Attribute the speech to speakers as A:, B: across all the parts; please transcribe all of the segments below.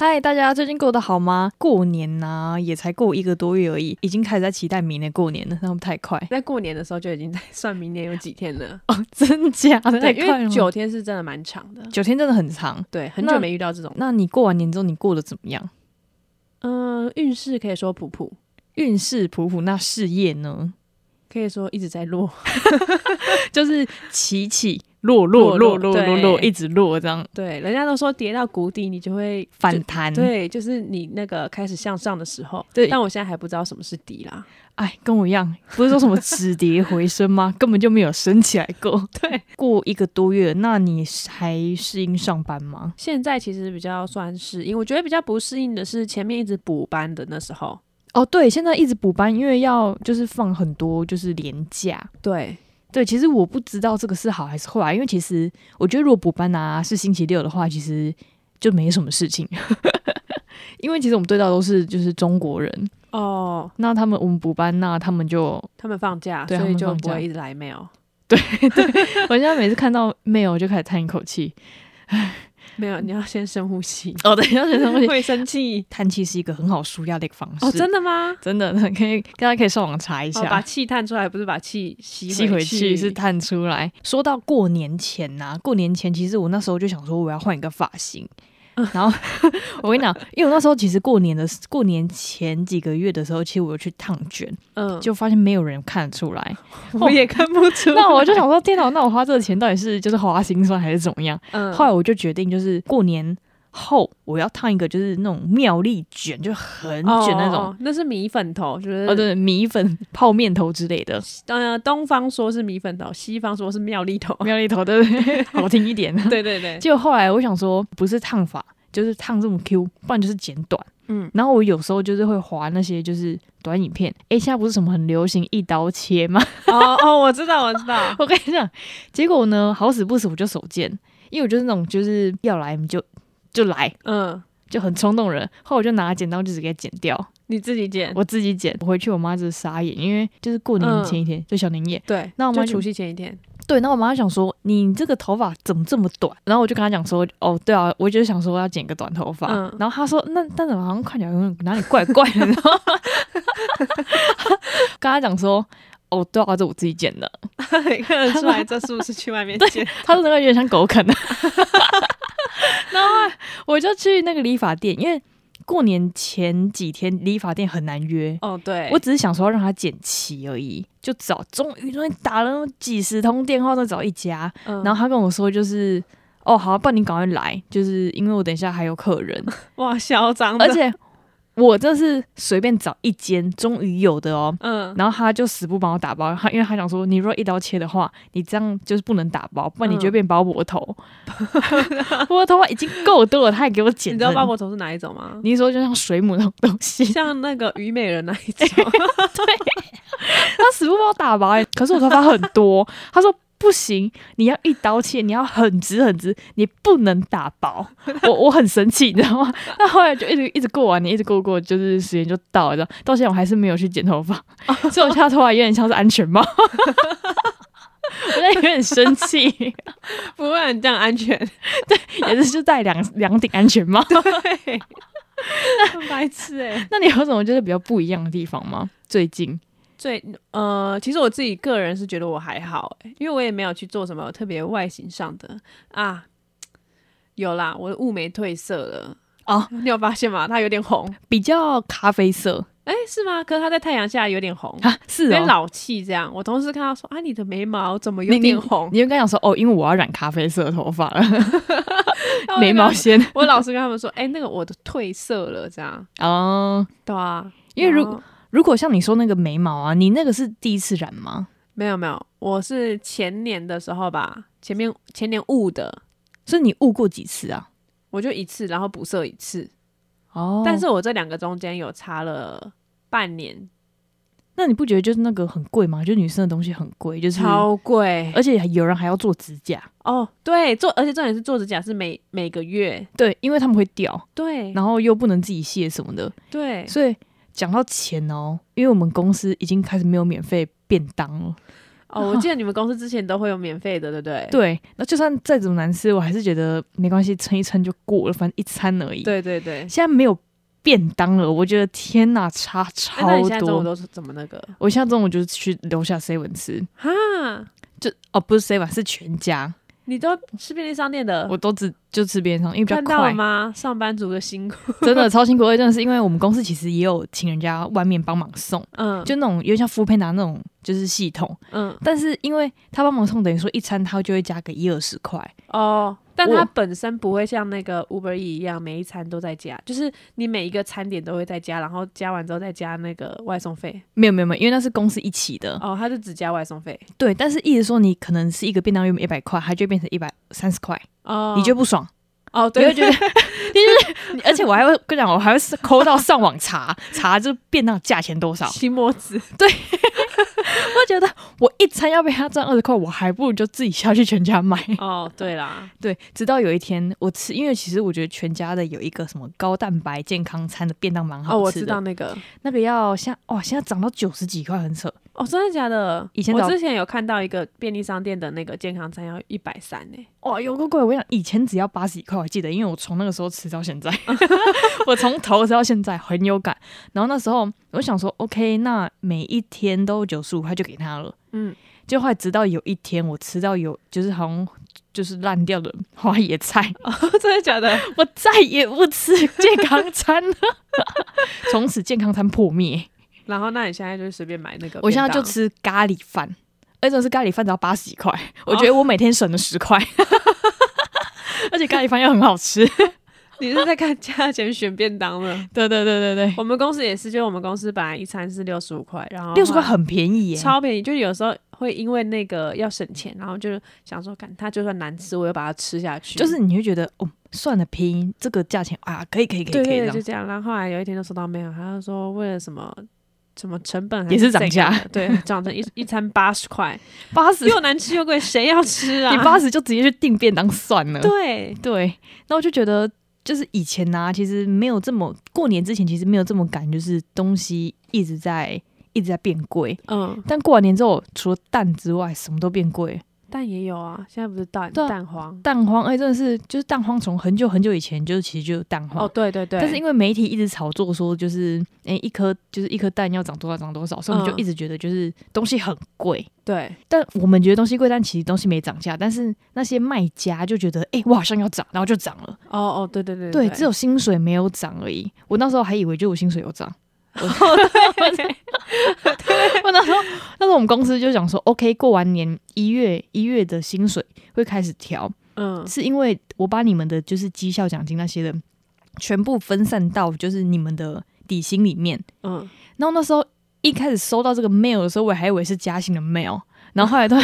A: 嗨，大家最近过得好吗？过年呐、也才过一个多月而已，已经开始在期待明年过年了，那不太快
B: 在过年的时候就已经在 算明年有几天了。
A: 哦，真假的
B: 对，
A: 太
B: 因
A: 快了
B: 为
A: 吗。
B: 九天是真的蛮长的。
A: 九天真的很长。
B: 对，很
A: 那
B: 久没遇到这种。
A: 那你过完年之后，你过得怎么样？
B: 嗯、运势可以说普普，
A: 运势普普，那事业呢？
B: 可以说一直在落。
A: 就是起起落落落
B: 落
A: 落
B: 落
A: 落
B: 对
A: 落，一直落这样
B: 对，人家都说跌到谷底，你就会
A: 反弹。，
B: 对，就是你那个开始向上的时候。
A: 对
B: 但我现在还不知道什么是底啦。
A: 哎，跟我一样，不是说什么止跌回升吗？ 根本就没有升起来过。
B: 对，
A: 过一个多月，那你还适应上班吗？
B: 现在其实比较算适应，我觉得比较不适应的是前面一直补班的那时候。
A: 哦，对，现在一直补班，因为要就是放很多就是年假。
B: 对，
A: 对，其实我不知道这个是好还是坏，因为其实我觉得如果补班啊是星期六的话，其实就没什么事情， 因为其实我们对到都是就是中国人，
B: 哦，
A: 那他们我们补班，那他们就
B: 他们放假，
A: 对
B: 所以
A: 他
B: 就
A: 们放
B: 不
A: 假
B: 会一直来 mail。
A: 我现在每次看到 mail 就开始叹一口气，
B: 没有，你要先深呼吸，
A: 哦，对，要学什么东西？
B: 会生气。
A: 叹气是一个很好舒压的一个方式，
B: 哦，真的吗？
A: 真的可以大家可以上网查一
B: 哦，
A: 下。
B: 把气探出来，不是把气吸
A: 吸回去
B: 去
A: 是探出来。说到过年前呐、过年前其实我那时候就想说我要换一个发型，
B: 嗯
A: 然后 我跟你讲，因为我那时候其实过年的过年前几个月的时候，其实我有去烫卷，
B: 嗯，
A: 就发现没有人看得出来。
B: 我也看不出
A: 那我就想说，天哪，那我花这个钱到底是就是花心酸还是怎么样？
B: 嗯，
A: 后来我就决定，就是过年后我要烫一个就是那种妙丽卷，就很卷那
B: 哦哦
A: 种。
B: 哦嗯那是米粉头，就是
A: 哦，对，米粉、泡面头之类的，。
B: 呃，东方说是米粉头，西方说是妙丽头
A: 妙丽头，对不 对？好听一点。
B: 对对对，
A: 就后来我想说，不是烫发，就是烫这么 Q，不然就是剪短。
B: 嗯，
A: 然后我有时候就是会划那些就是短影片，诶，现在不是什么很流行一刀切吗？
B: 哦哦，我知道我知道，
A: 我跟你讲，结果呢，好死不死我就手贱，因为我就是那种就是要来你就就来，
B: 嗯，
A: 就很冲动的人。后来我就拿剪刀就直接剪掉，
B: 你自己剪，
A: 我自己剪。我回去我妈就是傻眼，因为就是过年
B: 嗯
A: 前一天、就小年夜，
B: 对，
A: 那我
B: 就
A: 们就
B: 除夕前一天，
A: 对，然后我妈就想说你这个头发怎么这么短？然后我就跟她讲说，哦，对啊，我就是想说要剪个短头发。
B: 嗯
A: 然后她说，那但怎么好像看起来有点哪里怪怪的？然后 跟她讲说，哦，对啊，这我自己剪的。
B: 你 看得出来这是不是去外 面剪？
A: 她说那个有点像狗啃的。 然后我就去那个理发店，因为过年前几天理发店很难约。
B: 哦，对，
A: 我只是想说让她剪齐而已，就找终于终于打了那么几十通电话，都找一家，
B: 嗯
A: 然后他跟我说就是，哦，好、啊，不然你赶快来，就是因为我等一下还有客 人，
B: 哇，嚣张的，
A: 而且我这是随便找一间，终于有的哦。
B: 嗯，
A: 然后他就死不帮我打包，他因为他想说，你如果一刀切的话，你这样就是不能打包，不然你就会
B: 嗯
A: 变包脖头。 我的头发已经够多了，他还给我剪。
B: 你知道巴博头是哪一种吗？
A: 你说就像水母那种东西，
B: 像那个虞美人那一 种，
A: 他死不帮我打薄、欸，可是我头发很多，他说。不行，你要一刀切，你要很直很直，你不能打薄。我我很生气，你知道吗？那后来就一直一直过完年，一直过过，就是时间就到了，你知道到现在我还是没有去剪头发，所以我现在头发有点像是安全帽，我现在有点生气，
B: 不会很这样安全，
A: 也是就戴两两顶安全帽。
B: 对，很白痴哎、
A: 那你有什么就是比较不一样的地方吗？最近
B: 最呃，其实我自己个人是觉得我还好、欸，因为我也没有去做什么特别外形上的啊。有啦，我的雾眉褪色了，
A: 哦，
B: 你有发现吗？它有点红，
A: 比较咖啡色
B: 哎、是吗？可是它在太阳下有点红，
A: 啊，是
B: 有点
A: 哦。
B: 老气这样。我同事看到说啊，你的眉毛怎么
A: 你
B: 有点红？
A: 你就跟他讲说哦，因为我要染咖啡色的头发了。
B: 然后我就
A: 眉
B: 跟他
A: 毛先
B: 我老是跟他们说，哎、那个我的褪色了这样。
A: 哦。
B: 对啊，
A: 因为如
B: 然后
A: 如果像你说那个眉毛啊，你那个是第一次染吗？
B: 没有没有，我是前年的时候吧，前面前年雾的，
A: 所以你雾过几次啊？
B: 我就一次，然后补色一次。
A: 哦但
B: 但
A: 是
B: 是我这两个中间有差了半年，
A: 嗯那你不觉得就是那个很贵吗？就女生的东西很贵，就是，
B: 超贵
A: 而且有人还要做指甲，
B: 哦。对，做而且重点是做指甲是每每个月，
A: 对，因为他们会掉，
B: 对
A: 然后又不能自己卸什么的，
B: 对，
A: 所以讲到钱哦，因为我们公司已经开始没有免费便当了，
B: 哦，我记得你们公司之前都会有免费的，对不对？
A: 对，那就算再怎么难吃，我还是觉得没关系，撑一撑就过了，反正一餐而已。，
B: 对对对。
A: 现在没有便当了，我觉得天哪，差
B: 哎那
A: 超
B: 你现在中午
A: 多。
B: 都是怎么那个？
A: 我现在中午就是去楼下 seven 吃，
B: 哈，
A: 就哦不是 seven 是全家，
B: 你都吃便利商店的，
A: 我都只就吃边上，因为比较
B: 看到了
A: 快，
B: 吗？ 上班族的辛苦，
A: 真的超辛苦。而且真的是因为我们公司其实也有请人家外面帮忙 送，
B: 嗯，
A: 就那种有点像 f o o p a n d a 那种就是系统，
B: 嗯
A: 但是因为他帮忙送，等于说一餐他就会加个一二十块，
B: 哦，但
A: 我
B: 它本身不会像那个 Uber E 一样，每一餐都在加，就是你每一个餐点都会再加，然后加完之后再加那个外送费。
A: 没有没有没有，因为那是公司一起的，
B: 哦，它就只加外送费。
A: 对，但是意思说你可能是一个便当原本一百块，它就变成一百三十块，
B: 哦，
A: 你就不爽。
B: 哦，
A: 你
B: 对，
A: 会觉得， 就是 你，而且我还会跟你讲，我还会抠到上网查查，就是便当价钱多少。
B: 吸墨子。
A: 我觉得我一餐要被他赚二十块，我还不如就自己下去全家买。
B: 哦，对啦，
A: 对，直到有一天我吃，因为其实我觉得全家的有一个什么高蛋白健康餐的便当蛮
B: 哦，
A: 好
B: 我
A: 吃
B: 知
A: 的，
B: 道那个。
A: 那个要像哇，现在涨到九十几块，很扯。
B: 哦，真的假的？
A: 以前
B: 我
A: 早
B: 之前有看到一个便利商店的那个健康餐要一百三呢。
A: 哇，哦有个贵！我想以前只要八十几块，我记得，因为我从那个时候吃到现 在，我从头吃到现在很有感。然后那时候我想说，OK，那每一天都九十五块就给他了。
B: 嗯，
A: 就后来直到有一天我吃到有就是好像就是烂掉的花椰菜，
B: 真的假的？
A: 我再也不吃健康餐了， 从此健康餐破灭。
B: 然后那你现在就随便买那个便当？
A: 我现在就吃咖喱饭，而且是咖喱饭只要八十几块，我觉得我每天省了十 块，而且咖喱饭又很好吃。
B: 你是在看价钱选便当了？
A: 对对对对对，
B: 我们公司也是，就是我们公司本来一餐是六十五块，然后
A: 六十块很便宜耶，
B: 超便宜，就有时候会因为那个要省钱，然后就是想说，看它就算难吃，我也把它吃下去。
A: 就是你会觉得哦，算了，便宜这个价钱啊，可以可以可
B: 对
A: 以可以
B: 对
A: 这
B: 对，就
A: 样。
B: 这样。然后后来有一天就收到没有，他就说为了什么什么成本还
A: 也是涨
B: 怎
A: 价
B: 样的，对，涨成一一餐八十块，
A: 八十，
B: 又难吃又贵，谁要吃啊？
A: 你八十就直接去订便当算了。
B: 对，
A: 对，那我就觉得就是以前呢、其实没有这么过年之前其实没有这么赶，就是东西一直在一直在变贵。
B: 嗯，
A: 但过完年之后，除了蛋之外，什么都变贵。
B: 蛋也有啊，现在不是蛋
A: 对啊
B: 蛋黄
A: 蛋荒，哎、真的是就是蛋荒，从很久很久以前就是其实就是蛋荒。
B: 哦，对对对，
A: 但是因为媒体一直炒作说，就是诶、一颗就是一颗蛋要涨多少涨多少，所以我们就
B: 嗯
A: 一直觉得就是东西很贵。
B: 对
A: 但我们觉得东西贵，但其实东西没涨价。但是那些卖家就觉得，诶、我好像要涨，然后就涨了。
B: 哦哦对对对
A: 对，
B: 对
A: 只有薪水没有涨而已。我那时候还以为就我薪水有涨。 我那时候，那时候我们公司就想说，OK，过完年一月一月的薪水会开始调，
B: 嗯
A: 是因为我把你们的就是绩效奖金那些的全部分散到就是你们的底薪里面。
B: 嗯，
A: 然后那时候一开始收到这个 mail 的时候，我还以为是加薪的 mail。然后后来 都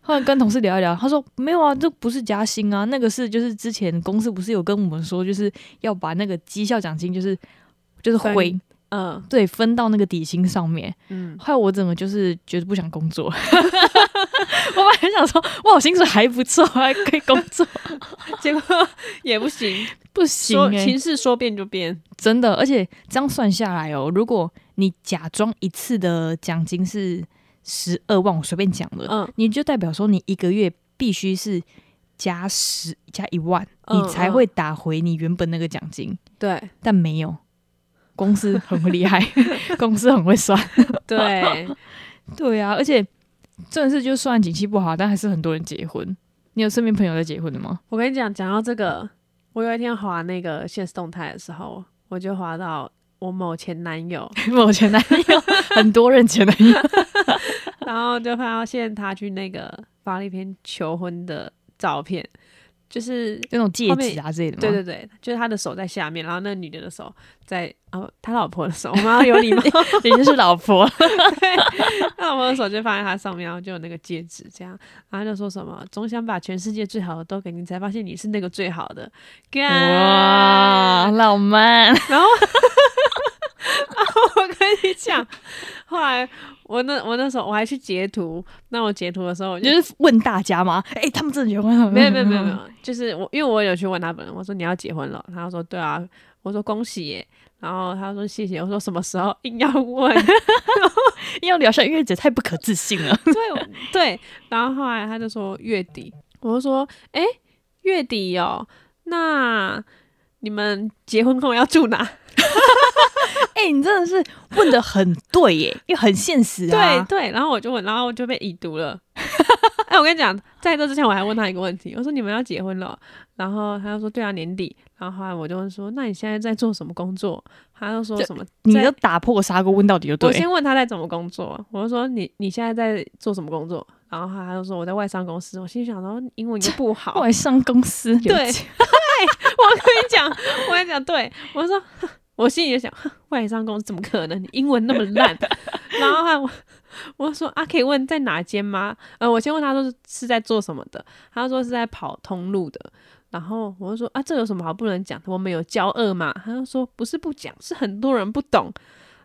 A: 后来跟同事聊一聊，他说没有啊，这不是加薪啊，那个是就是之前公司不是有跟我们说，就是要把那个绩效奖金就是就是
B: 分
A: 回
B: 嗯
A: 对分到那个底薪上面。
B: 嗯，
A: 后来我整个就是觉得不想工作， 我本来想说哇，我薪水还不错，还可以工作，
B: 结果 也不行，
A: 不行、
B: 说
A: 欸，
B: 情势说变就变，
A: 真的，而且这样算下来哦，如果你假装一次的奖金是十二万，我随便讲了，
B: 嗯
A: 你就代表说你一个月必须是加十加一万，
B: 嗯
A: 你才会打回你原本那个奖金，
B: 对
A: 但没有。公司很会厉 害，公司很会算。
B: 对，
A: 对啊，而且真的是，就算景气不好，但还是很多人结婚。你有身边朋友在结婚的 吗？
B: 我跟你讲，讲到这个，我有一天滑那个现实动态的时候，我就滑到我某前男友，
A: 我前男友，很多人前男友。
B: 然后就发现他去那个发了一篇求婚的照片，就是
A: 那种戒指啊之类的吗？
B: 对对对，就是他的手在下面，然后那女的的手在哦，他老婆的手，我们要有礼貌，
A: 对，人家是老 婆。
B: 他老婆的手就放在他上面，然后就有那个戒指这样，然后他就说什么总想把全世界最好的都给你，才发现你是那个最好的，
A: 啊哇，
B: 干
A: 浪漫！
B: 然后 我跟你讲，后来我那我那时候我还去截图，那我截图的时候我就。
A: 就是问大家嘛，哎、他们真的结婚了
B: 没有没有没有
A: 嗯
B: 没有，就是我，因为我有去问他本人，我说你要结婚了，他说对啊，我说恭喜耶，然后他说谢谢，我说什么时候硬要问，
A: 硬要聊下月姐太不可置信了。
B: 对我对，然后后来他就说月底，我就说哎、诶月底哦，那你们结婚后要住哪？
A: 哎、你真的是问的很对耶，又很现实
B: 对
A: 啊。
B: 对，然后我就问，然后我就被已读了。 哎、我跟你讲，在这之前我还问他一个问题，我说你们要结婚了，然后他就说对啊，年底。然后后来我就问说，那你现在在做什么工作？他就说
A: 这
B: 什么？
A: 你
B: 在
A: 都打破砂锅问到底就
B: 我
A: 对。
B: 先问他在怎么工作，我就说你你现在在做什么工作？然后他就说我在外商公司，我心想说英文就不好，我
A: 外商公司
B: 对
A: 了解
B: 跟你讲，我跟你讲，对我说，哼我心里就想，哼外商公司怎么可能？你英文那么烂。然后他我我说啊，可以问在哪间吗？呃，我先问他说是在做什么的，他说是在跑通路的。然后我就说啊，这有什么好不能讲？我们有交恶嘛？他就说不是不讲，是很多人不懂。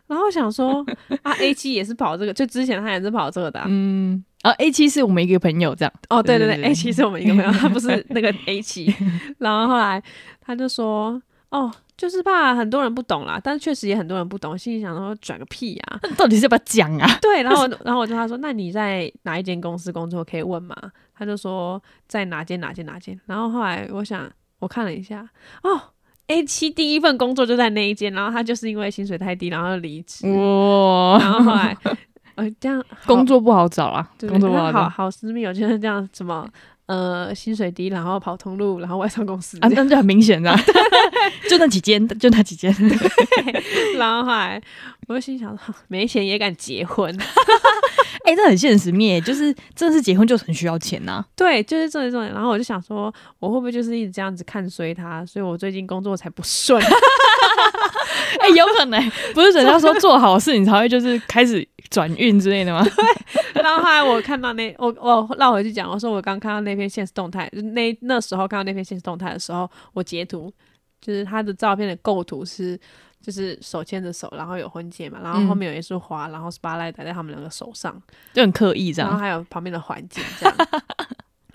B: 然后我想说啊，A 七也是跑这个，就之前他也是跑这个的啊、
A: 嗯，啊，A 七是我们一个朋友这样，
B: 哦，对对
A: 对
B: 对
A: 对
B: ，A 七是我们一个朋友， 他不是那个 A 七。然后后来他就说，哦，就是怕很多人不懂啦，但是确实也很多人不懂。心里想说，转个屁呀、
A: 那到底是要不要讲啊？
B: 对，然后我 然后我就他说，那你在哪一间公司工作可以问吗？他就说在哪间哪间哪间。然后后来我想，我看了一下，哦，A 七第一份工作就在那一间，然后他就是因为薪水太低，然后离职。
A: 哇，
B: 然后后 来，呃，这样好
A: 工作不好找啦，
B: 对
A: 工作不
B: 那
A: 好
B: 好
A: 找。
B: 好私密，我觉得这样什么呃薪水低，然后跑通路，然后外商公司，
A: 啊，那就很明显啦， 就那几间，就那几间，
B: 然后后来我就心想说，没钱也敢结婚，
A: 哎、这很现实面，就是真的是结婚就是很需要钱啊呐、
B: 对，就是这种。然后我就想说，我会不会就是一直这样子看衰他，所以我最近工作才不 顺。
A: 哎、有可能 不是人家说做好事你才会就是开始转运之类的吗？
B: 然后后来我看到那我我绕回去讲，我说我刚看到那篇现实动态，就是那那时候看到那篇现实动态的时候，我截图，就是他的照片的构图是就是手牵着手，然后有婚戒嘛，然后
A: 嗯
B: 后面有一束花，然后 spotlight 打在他们两个手上，
A: 就很刻意这
B: 然后
A: 样。
B: 还有旁边的环境这样。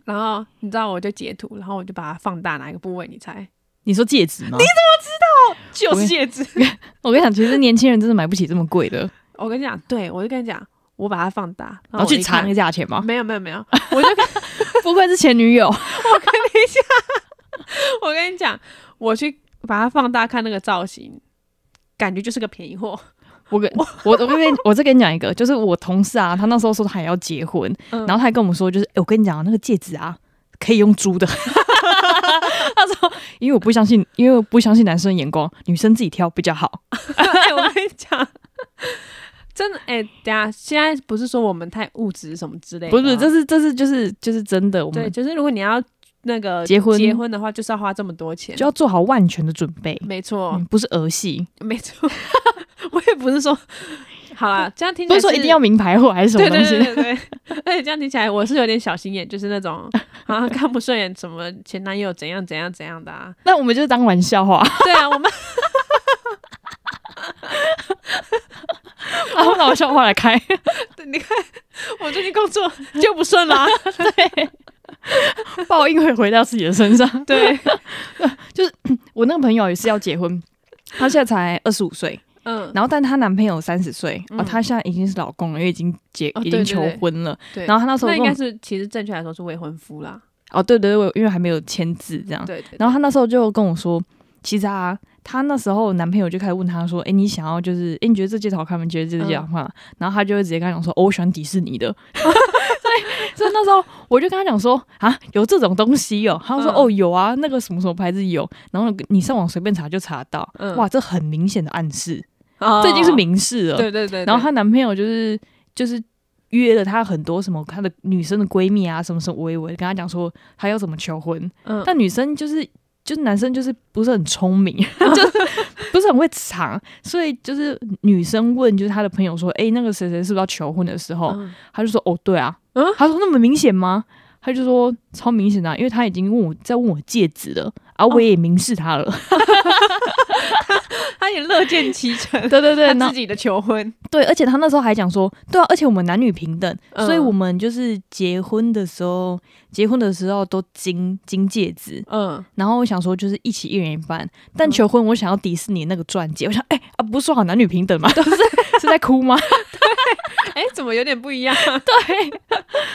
B: 然后你知道我就截图，然后我就把它放大哪一个部位？你猜？
A: 你说戒指吗？
B: 就是戒 指。
A: 我跟你讲，其实年轻人真的买不起这么贵的，
B: 我跟你讲，对我就跟你讲，我把它放大，
A: 然后
B: 我
A: 去
B: 一
A: 查那
B: 看
A: 个。价钱吗？
B: 没有没有没有，我就跟
A: 不愧是前女友，
B: 我跟你讲，我去把它放大看那个造型，感觉就是个便宜货。
A: 我跟我我跟你我再跟你讲一个，就是我同事啊，他那时候说他也要结婚，
B: 嗯
A: 然后他还跟我们说，就是哎、诶我跟你讲啊，那个戒指啊，可以用租的。 他说，因为我不相信，因为我不相信男生的眼光，女生自己挑比较好。
B: 哎我跟你讲，真的哎、等一下现在不是说我们太物质什么之类的
A: 不
B: 啊，
A: 是，这是这是就是就是真的，我
B: 对，
A: 们
B: 就是如果你要那个
A: 结婚
B: 结婚的话，就是要花这么多钱
A: 就。要做好万全的准备，
B: 没错，
A: 嗯、不是儿戏，
B: 没错， 我也不是说，好啦，这样听起
A: 不
B: 来
A: 是说一定要名牌货还是什么
B: 对
A: 东
B: 对
A: 西的。
B: 对对对， 而且这样听起来我是有点小心眼，就是那种啊看不顺眼什么前男友怎样怎样怎样的啊，
A: 那我们就是当玩笑话，
B: 对啊，我们
A: 然后拿笑话来开。
B: 你看我最近工作 就不顺啦、
A: 报应会回到自己的身上。
B: 对，
A: 我那个朋友也是要结 婚，她现在才二十五岁，
B: 嗯，
A: 然后但她男朋友三十岁，
B: 嗯
A: 哦，她现在已经是老公了，因为已经结
B: 哦对
A: 已经求婚了。
B: 对，
A: 然后她那时候
B: 那
A: 跟我
B: 应该是其实正确来说是未婚夫啦，
A: 哦，对对对，因为还没有签字这样。
B: 对对
A: 啊然后她那时候就跟我说，其实啊。她那时候男朋友就开始问她说：“哎、你想要就是，哎、你觉得这戒指好看吗？你觉得
B: 嗯
A: 这戒指好看吗？”然后她就会直接跟她讲说：“哦，我喜欢迪士尼的。” 所以，所以那时候我就跟她讲说：“啊，有这种东西哦。”她说：“
B: 嗯
A: 哦，有啊，那个什么什么牌子有。”然后你上网随便查就查得到。
B: 嗯
A: 哇，这很明显的暗示，
B: 哦
A: 这已经是明示了。
B: 对对对，
A: 然后
B: 他
A: 她男朋友就是就是约了她很多什么她的女生的闺蜜啊，什么什么微微，跟她讲说她要怎么求婚。
B: 嗯
A: 但女生就是就是男生就是不是很聪明， 就是不是很会藏，所以就是女生问就是她的朋友说，诶，那个谁谁是不是要求婚的时候，
B: 嗯
A: 她就说哦对啊，
B: 嗯
A: 她说那么明显吗？她就说超明显的啊、因为她已经问我在问我戒指了，啊，
B: 哦
A: 我也明示她了，
B: 他也乐见其成，
A: 对对 对，
B: 他
A: 然后
B: 自己的求婚，
A: 对，而且他那时候还讲说，对啊，而且我们男女平等，
B: 嗯
A: 所以我们就是结婚的时候，结婚的时候都金金戒指，
B: 嗯，
A: 然后我想说就是一起一人一半，但
B: 嗯
A: 求婚我想要迪士尼那个钻戒，我想哎、啊，不是说好男女平等吗？都是是在哭吗？
B: 哎、怎么有点不一样？
A: 对，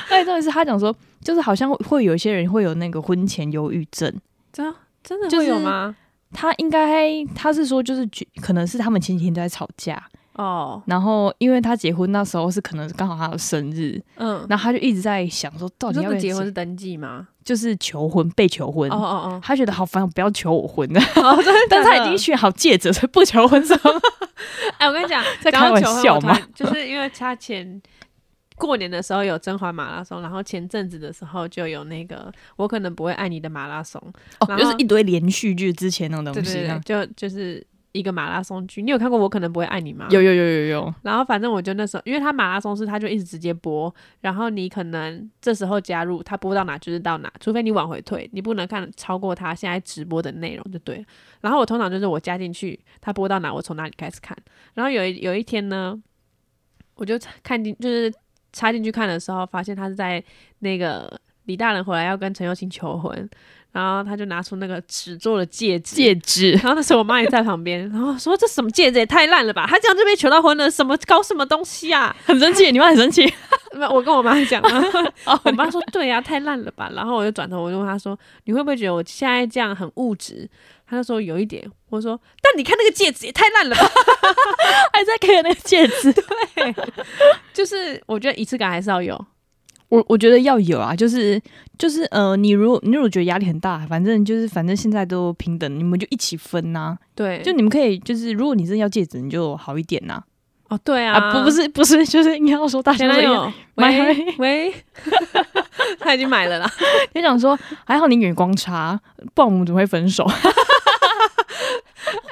A: 而且重点是他讲说，就是好像会有一些人会有那个婚前忧郁症，
B: 真真的
A: 就是
B: 会有吗？
A: 他应该他是说就是觉可能是他们前几天都在吵架，
B: 哦，
A: 然后因为他结婚那时候是可能刚好他的生日，
B: 嗯，
A: 然后他就一直在想说到
B: 哦你
A: 底
B: 说
A: 要不
B: 的
A: 要
B: 结婚是登记吗？
A: 就是求婚被求婚。
B: 哦 哦
A: 他觉得好烦，不要求我婚了。啊
B: 哦，哦，真的
A: 但
B: 假的
A: 是 他已经选好戒指，所以不求婚是吗？
B: 哎，我跟你 讲，
A: 在
B: 讲到
A: 开玩
B: 求婚
A: 笑
B: 我突
A: 吗
B: 然？就是因为他前过年的时候有甄嬛马拉松，然后前阵子的时候就有那个我可能不会爱你的马拉松，
A: 哦，
B: 然
A: 就
B: 后
A: 是一堆连续剧之前那种
B: 对
A: 东西。
B: 对
A: 这
B: 对，
A: 样
B: 就就是一个马拉松剧。你有看过我可能不会爱你吗？
A: 有有有有有，
B: 然后反正我就那时候，因为他马拉松是他就一直直接播，然后你可能这时候加入，他播到哪就是到哪，除非你往回退，你不能看超过他现在直播的内容就对了。然后我通常就是我加进去，他播到哪我从哪里开始看。然后有一有一天呢，我就看进就是插进去看的时候，发现他是在那个李大人回来要跟陈又青求婚，然后他就拿出那个纸做的戒指，
A: 戒指
B: 然后那时候我妈也在旁边，然后说这什么戒指也太烂了吧，她这样就被求到婚了，什么搞什么东西啊？
A: 很生气，你妈很生气。
B: 那我跟我妈讲，然后
A: 哦，
B: 我妈说对呀、太烂了吧。然后我就转头我就问她说，你会不会觉得我现在这样很物质？她就说有一点。我说，但你看那个戒指也太烂了吧。
A: 还在看那个戒指。
B: 就是我觉得仪式感还是要有，
A: 我我觉得要有啊，就是就是呃，你如果你如果觉得压力很大，反正就是反正现在都平等，你们就一起分呐、
B: 对，
A: 就你们可以就是，如果你真的要戒指，你就好一点呐、
B: 哦对
A: 啊。
B: 啊，
A: 不不是不是，就是应该要说大
B: 前
A: 家
B: 男
A: 都一样
B: 友，
A: 买
B: 喂喂， 他已经买了啦。
A: 就想说还好你眼光差，不然我们怎么会分手？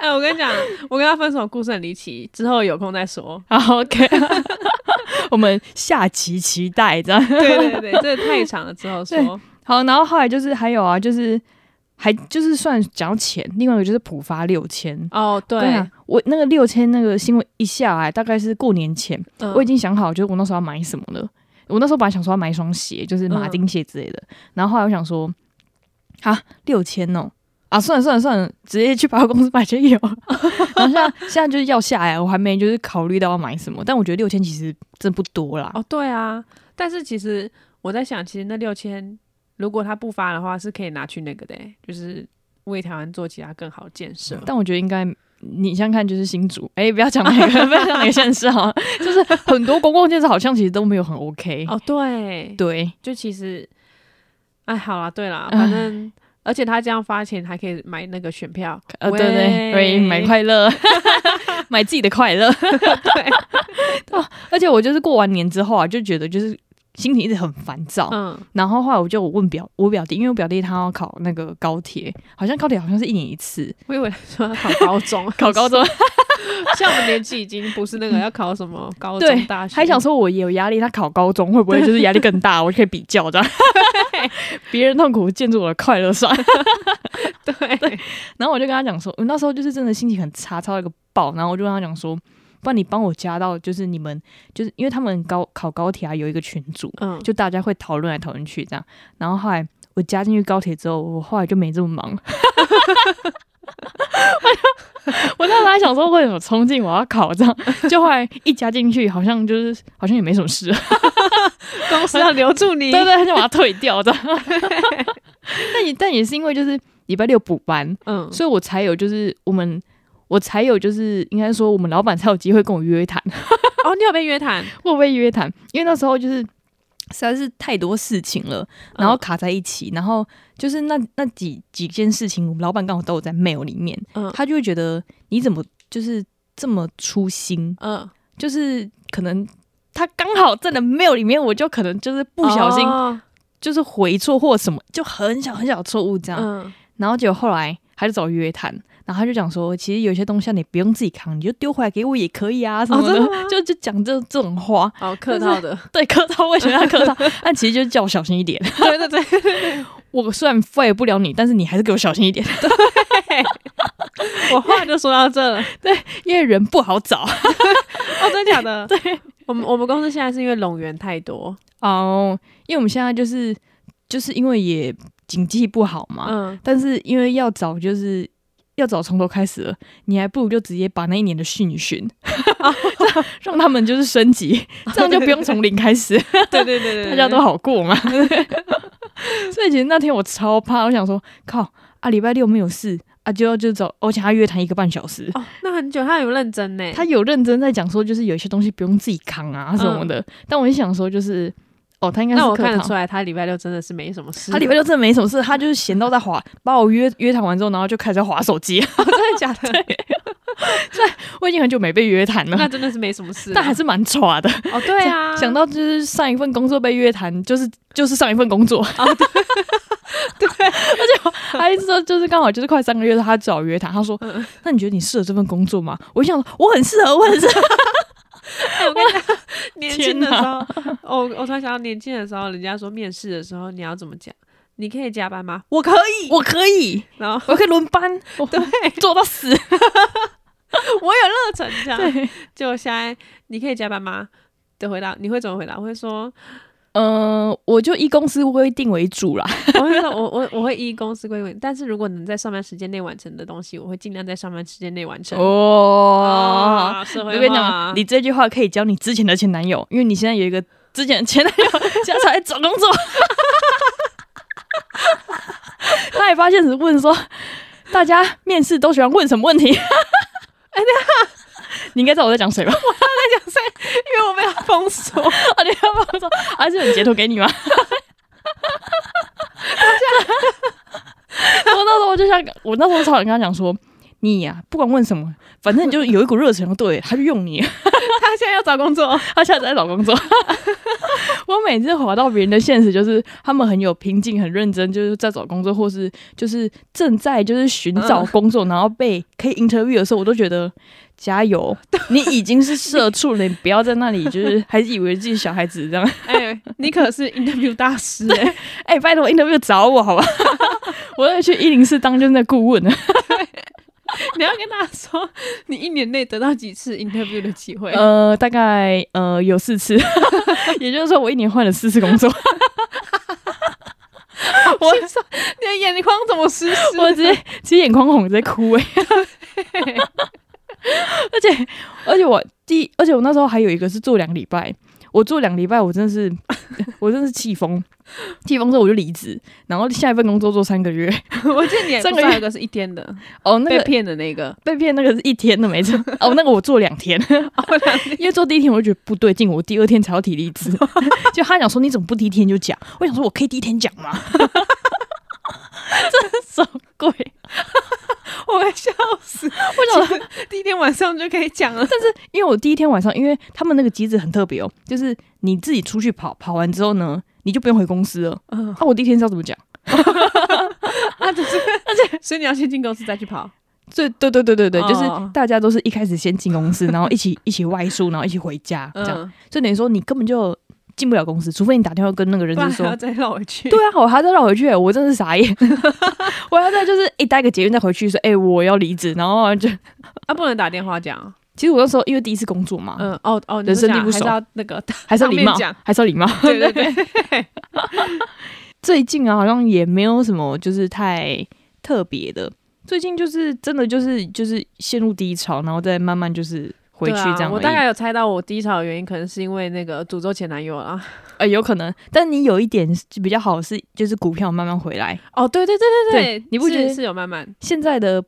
B: 哎，我跟你讲，我跟他分手的故事很离奇，之后有空再说。
A: 好，OK，我们下期期待这样。
B: 对对对，这个太长了，之后
A: 对
B: 说。
A: 好，然后后来就是还有啊，就是还就是算讲到钱，另外一个就是浦发六千。
B: 哦，对，
A: 啊，我那个六千那个新闻一下来，大概是过年前，
B: 嗯
A: 我已经想好，就是我那时候要买什么了。我那时候本来想说要买一双鞋，就是马
B: 嗯
A: 丁鞋之类的，然后后来我想说，啊，六千哦，啊，算了算了算了，直接去百货公司买就 有。然后现在现在就是要下来，我还没就是考虑到要买什么，但我觉得六千其实真不多啦。
B: 哦，对啊，但是其实我在想，其实那六千如果他不发的话，是可以拿去那个的欸、就是为台湾做其他更好的建设。
A: 但我觉得应该，你想想看，就是新竹，哎、不要讲哪个，不 要讲哪个县市啊，就是很多公共建设好像其实都没有很 OK。
B: 哦，对，
A: 对，
B: 就其实，哎，好啦，对啦，反正。而且他这样发钱还可以买那个选票，
A: 呃，
B: 喂
A: 对对，喂，买快 乐，买自己的快乐。啊
B: 对，
A: 而且我就是过完年之后啊，就觉得就是心情一直很烦躁。
B: 嗯，
A: 然后后来我就我问表我表弟，因为我表弟他要考那个高铁，好像高铁好像是一年一次，，
B: 我以为说要考高中
A: 考高中，
B: 像我们年纪已经不是那个要考什么高
A: 对
B: 中、大学，
A: 还想说我也有压力，他考高中会不会就是压力更大？我就可以比较这样， 别人痛苦建筑我的快乐算。
B: 对对，
A: 然后我就跟他讲说，我那时候就是真的心情很差，差到一个爆。然后我就跟他讲说，不然你帮我加到，就是你们就是因为他们高考高铁啊有一个群组，
B: 嗯，
A: 就大家会讨论来讨论去这样。然后后来我加进去高铁之后，我后来就没这么忙。 我就我那时候还想说，为什么冲劲我要考这样？就后来一加进去，好像就是好像也没什么事，
B: 公司要留住 你，
A: 对对，就把它退掉这样。 但也但也是因为就是礼拜六补班，
B: 嗯，
A: 所以我才有就是我们。我才有，就是应该说，我们老板才有机会跟我约谈，
B: 哦，你有被约谈，
A: 我被约谈，因为那时候就是实在是太多事情了，
B: 嗯
A: 然后卡在一起，然后就是那那几几件事情，我们老板刚好都有在 mail 里面，
B: 嗯
A: 他就会觉得你怎么就是这么粗心，
B: 嗯，
A: 就是可能他刚好在的 mail 里面，我就可能就是不小心
B: 哦
A: 就是回错或什么，就很小很小的错误这样，
B: 嗯，
A: 然后结果后来他就找我约谈，然后他就讲说，其实有些东西啊你不用自己扛，你就丢回来给我也可以啊什么
B: 哦
A: 的，
B: 真的吗
A: 就就讲这这种话，
B: 哦，客套的，
A: 对客套，我也觉得他客套，但其实就是叫我小心一点。
B: 对对对，
A: 我虽然 fire 不了你，但是你还是给我小心一 点，
B: 我话就说到这了。
A: 因为人不好找。
B: 哦，真的假的？ 对，我们我们公司现在是因为龙源太多，
A: 哦、因为我们现在就是就是因为也经济不好嘛，
B: 嗯，
A: 但是因为要找就是。要找从头开始了，你还不如就直接把那一年的训一训，
B: 哦
A: 让他们就是升级，这样就不用从零开始，
B: 对对对对，
A: 大家都
B: 好，
A: 好过嘛。 所以其实那天我超怕，我想说靠啊，礼拜六没有事啊，就要就走，而且他约谈一个半小时。
B: 哦，那很久，他很认真呢，
A: 他有认真在讲说，就是有一些东西不用自己扛啊什么的，但我一想说，就是哦，他应该是
B: 嗯那我
A: 客
B: 看得
A: 套
B: 出来，他礼拜六真的是嗯没什么事，
A: 他礼拜六真的没什么事，他就是闲到在滑，把我约约谈完之后，然后就开始在滑手机。
B: 六真的假 的？
A: 我已经很久没被约谈
B: 那
A: 了，
B: 真的是没什么事啊，
A: 但还是蛮抓的。
B: 哦，对啊，
A: 想到就是上一份工作被约谈，就是就是上一份工作。啊、 对，而且我还说就是刚好就是快三个月，他找我约谈，他说：“
B: 嗯
A: 那你觉得你适合这份工作吗？”我想说我很适合，我很适合。
B: 哎，我跟你讲，年轻的
A: 天
B: 时候
A: 哪，
B: 我我突然想到，年轻的时候，人家说面试的时候你要怎么讲？你可以加班吗？我可以。
A: 我可以，
B: 然后
A: 我可以轮 班，我
B: 对
A: 做到 死。
B: 我有热忱，这样。
A: 对，
B: 结果现在你可以加班吗？的回答你会怎么回答？我会说，
A: 嗯、我就以公司规定为主啦。
B: 我会说，我我我会依公司规定，但是如果能在上班时间内完成的东西，我会尽量在上班时间内完成。
A: 哦，
B: 啊，社
A: 我
B: 会
A: 跟你
B: 化
A: 讲，你这句话可以教你之前的前男友，因为你现在有一 个之前的前男友，现在才来找工作，他也发现只问说，大家面试都喜欢问什么问题？哎， 你应该知道我在讲谁吧？
B: 因为我被他 封锁，
A: 啊，你要不要说？还是有人截图给你吗？ 我那时候我就想，我那时候超想跟他讲说，你呀、不管问什么，反正你就有一股热忱，对了，他就用你。
B: 他现在要找工作，
A: 他现在在找工作。 我每次滑到别人的现实，就是他们很有拼劲、很认真，就是在找工作，或是就是正在就是寻
B: 嗯
A: 找工作，然后被可以 interview 的时候，我都觉得加油，你已经是社畜了，你不要在那里就是还以为自己小孩子这样。
B: 哎、你可是 interview 大师哎、
A: 哎、拜托 interview 找我好吧， 我要去一零四当就是那顾问了。
B: 你要跟大家说，你一年内得到几次 interview 的机会？
A: 呃，大概呃有四次，也就是说我一年换了四次工作。
B: 我说你的眼眶怎么湿湿的？
A: 我直接其实眼眶红，直接哭哎、 而且而且我第，而且我那时候还有一个是做两个礼拜，我做两个礼拜，我真的是 我真的是气疯，气疯之后我就离职，然后下一份工作做三个月。
B: 我记得你还
A: 上
B: 不
A: 个
B: 是
A: 月
B: 还有一个是一天的、
A: 哦，那
B: 被
A: 个
B: 骗的 那个，
A: 被骗那个是一天的没 错，哦，那个哦我做两天，因为做第一天我就觉得不对劲，我第二天才要提离 职。就他讲说你怎么不第一天就讲？我想说我可以第一天讲吗？ 这是什么鬼？
B: 我快笑 死！我想第一天晚上就可以讲了，
A: 因为我第一天晚上，因为他们那个机制很特别哦，就是你自己出去跑，跑完之后呢，你就不用回公司了。
B: 嗯
A: 啊，我第一天是要怎么讲？
B: 啊， 只是而且，所以你要先进公司再去跑，
A: 对对对对对对，
B: 哦
A: 就是大家都是一开始先进 公司，然后一起一起外宿，然后一起回家，这样，
B: 嗯，
A: 所以等于说你根本就进不了公司，除非你打电话跟那个人
B: 不
A: 事
B: 然还要
A: 说。
B: 再绕回去。
A: 对啊，我还要再绕回去，我真是傻眼。 我还要再就是一待个捷运再回去说，哎、我要离职，然后就
B: 啊，不能打电话讲。
A: 其实我那时候因为第一次工作嘛，
B: 嗯，哦哦，
A: 哦
B: 你
A: 人生
B: 讲
A: 地不熟
B: 还是要那个，
A: 还是要礼貌
B: 当面讲，
A: 还是要礼貌。
B: 对对对，
A: 最近啊，好像也没有什么就是太特别的。最近就是真的就是就是陷入低潮，然后再慢慢就是 回去
B: 对啊
A: 这样而已、
B: 我大概有猜到我低潮的原因，可能是因为那个诅咒前男友 啊啦。
A: 呃有可能，但你有一点比较好是就是股票慢慢回来。
B: 哦，对对对对
A: 对你不
B: 是
A: 觉得
B: 是有慢慢？
A: 现在的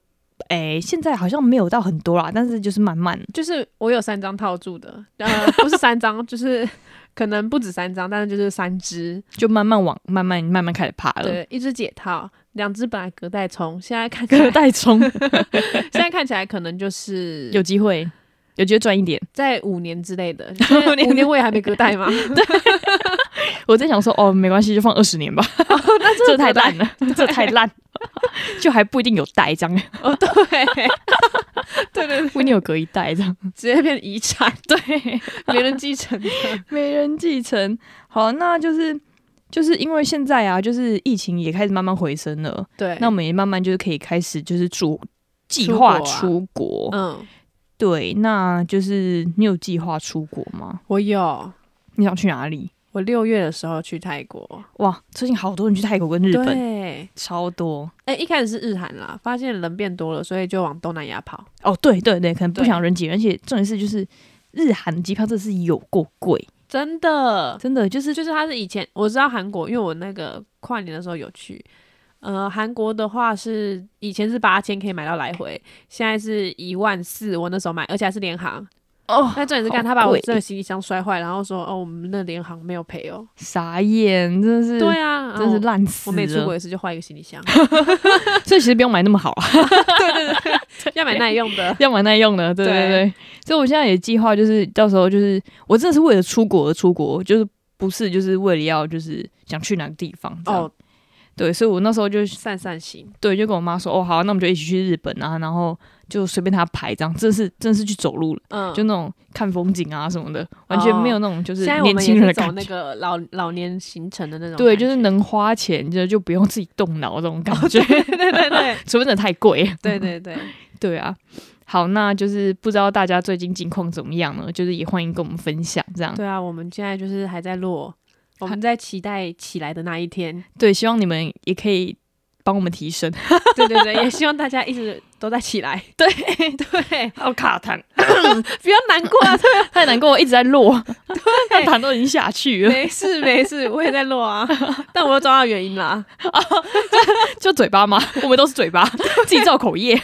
A: 哎、现在好像没有到很多啦，但是就是慢慢。
B: 就是我有三张套住的，呃， 不是三张，就是可能不止三张，但是就是三只。
A: 就慢慢往慢慢慢慢开始爬了，
B: 对，一只解套，两只本来隔代冲，现在看起
A: 隔
B: 来，
A: 代冲
B: 现在看起来可能就是
A: 有机会，有机会赚一点。
B: 在五年之类 的，因为五年我也还没隔代嘛，
A: 我在想说，哦，没关系，就放二十年 吧，
B: 那
A: 这太烂了， 这太烂， 就还不一定有代这样，
B: 哦， 对，对对
A: 不一
B: 对，
A: 定有隔一代这样。
B: 直接变遗产，
A: 对，
B: 没人继承的。
A: 没人继承。好，那就是就是因为现在啊，就是疫情也开始慢慢回升了，
B: 对，
A: 那我们也慢慢就是可以开始就是主计划
B: 出国
A: 出国。
B: 啊嗯，
A: 对，那就是你有计划出国吗？
B: 我有，
A: 你想去哪里？
B: 我六月的时候去泰国，
A: 哇，最近好多人去泰国跟日本，
B: 对，
A: 超多。
B: 哎、一开始是日韩啦，发现人变多了，所以就往东南亚跑。
A: 哦，对对对，可能不
B: 对
A: 想人挤人，而且重点是就是日韩的机票真的是有够贵，
B: 真的，
A: 真的就是
B: 就是他是以前我知道韩国，因为我那个跨年的时候有去。呃，韩国的话是以前是八千可以买到来回，现在是一万四。我那时候买，而且还是联航。
A: 哦
B: 那重点是看
A: 好
B: 他把我
A: 贵
B: 这个行李箱摔坏，然后说哦，我们那联航没有赔哦。
A: 傻眼，真的是，
B: 对啊，然后
A: 嗯真是烂死了。
B: 我每出国一次就换一个行 李箱，
A: 所以其实不用买那么好啊，
B: 对对对，要买耐用 的。
A: 要买耐用的。对对
B: 对
A: 对，所以我现在也计划就是到时候就是我真的是为了出国而出国，就是不是就是为了要就是想去哪个地方哦
B: 哦。，
A: 对，所以我那时候就
B: 散散心，
A: 对，就跟我妈说，哦，好啊、那我们就一起去日本啊，然后就随便她排这样，真的是真的是去走路了，
B: 嗯，
A: 就那种看风景啊什么的，完全没有那种就是
B: 现在我
A: 年
B: 们
A: 轻
B: 也
A: 人
B: 是
A: 的
B: 走
A: 感
B: 那
A: 觉。
B: 个老老年行程的那种感觉，
A: 对，就是能花钱就就不用自己动脑这种感觉，
B: 哦对对 对对
A: 除非真的太贵。
B: 对对对，
A: 对啊，好，那就是不知道大家最近近况怎么样呢？就是也欢迎跟我们分享这样。
B: 对啊，我们现在就是还在落，我们在期待起来的那一天。
A: 对，希望你们也可以帮我们提升。
B: 对对对，也希望大家一直都在起来。对 对，
A: 好卡痰，
B: 不要难过啊，
A: 太难过，我一直在 落，那痰都已经下去了，
B: 没事没事，我也在落啊， 但我又抓到原因啦。
A: 就嘴巴嘛，我们都是嘴巴，自己造口 业。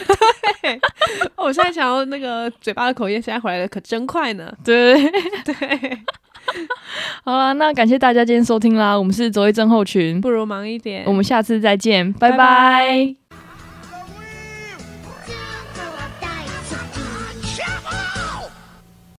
B: 哦我现在想要那个嘴巴的口音，现在回来的可真快呢。
A: 对对对。 好了，那感谢大家今天收听啦，我们是周一症候群，
B: 不如忙一点，
A: 我们下次再见，拜
B: 拜
A: 拜
B: 拜